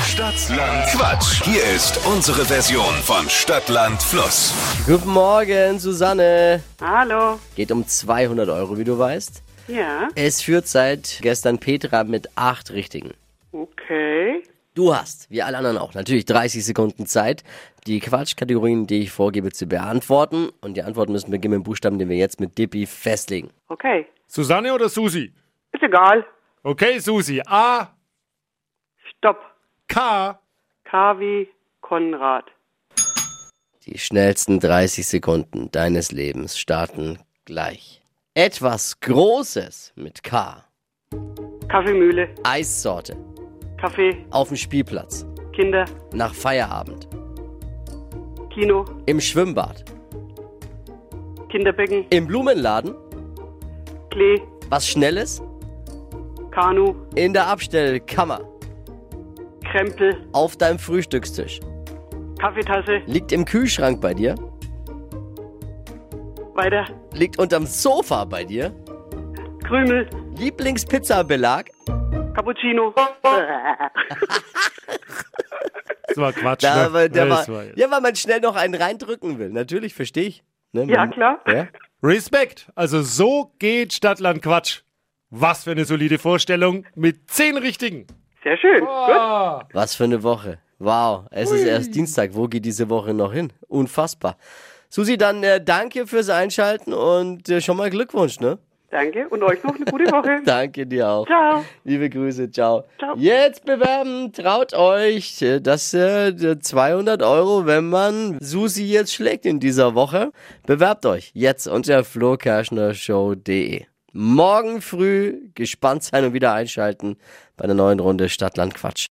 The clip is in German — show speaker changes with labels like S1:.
S1: Stadtland Quatsch. Hier ist unsere Version von Stadtland Fluss.
S2: Guten Morgen, Susanne.
S3: Hallo.
S2: Geht um 200 Euro, wie du weißt.
S3: Ja,
S2: Es führt seit gestern Petra mit acht Richtigen.
S3: okay.
S2: Du hast, wie alle anderen auch, natürlich 30 Sekunden Zeit, die Quatschkategorien, die ich vorgebe, zu beantworten. Und die Antworten müssen beginnen mit dem Buchstaben, den wir jetzt mit Dippi festlegen.
S3: Okay.
S4: Susanne oder Susi?
S3: Ist egal.
S4: Okay, Susi. A,
S3: Stopp.
S4: K.
S3: K wie Konrad.
S2: Die schnellsten 30 Sekunden deines Lebens starten gleich. Etwas Großes mit K.
S3: Kaffeemühle.
S2: Eissorte.
S3: Kaffee.
S2: Auf dem Spielplatz.
S3: Kinder.
S2: Nach Feierabend.
S3: Kino.
S2: Im Schwimmbad.
S3: Kinderbecken.
S2: Im Blumenladen.
S3: Klee.
S2: Was Schnelles.
S3: Kanu.
S2: In der Abstellkammer.
S3: Krempel.
S2: Auf deinem Frühstückstisch.
S3: Kaffeetasse.
S2: Liegt im Kühlschrank bei dir.
S3: Weiter.
S2: Liegt unterm Sofa bei dir.
S3: Krümel.
S2: Lieblingspizzabelag.
S3: Cappuccino.
S4: Das war Quatsch.
S2: Da,
S4: ne?
S2: weil, der
S4: Das
S2: war,
S4: war jetzt-
S2: ja, weil man schnell noch einen reindrücken will. Natürlich, verstehe ich. Ne,
S3: Ja,
S2: man-
S3: klar.
S2: Ja.
S4: Respekt. Also so geht Stadtland Quatsch. Was für eine solide Vorstellung mit zehn Richtigen.
S3: Sehr schön. Gut.
S2: Was für eine Woche. Wow, es ist erst Dienstag. Wo geht diese Woche noch hin? Unfassbar. Susi, dann äh, danke fürs Einschalten und äh, schon mal Glückwunsch, ne?
S3: Danke und euch noch eine gute Woche.
S2: Danke dir auch.
S3: Ciao.
S2: Liebe Grüße, ciao.
S3: Ciao.
S2: Jetzt bewerben, traut euch, äh, das äh, 200 Euro, wenn man Susi jetzt schlägt in dieser Woche. Bewerbt euch jetzt unter flokerschnershow.de. Morgen früh gespannt sein und wieder einschalten bei einer neuen Runde Stadtland Quatsch.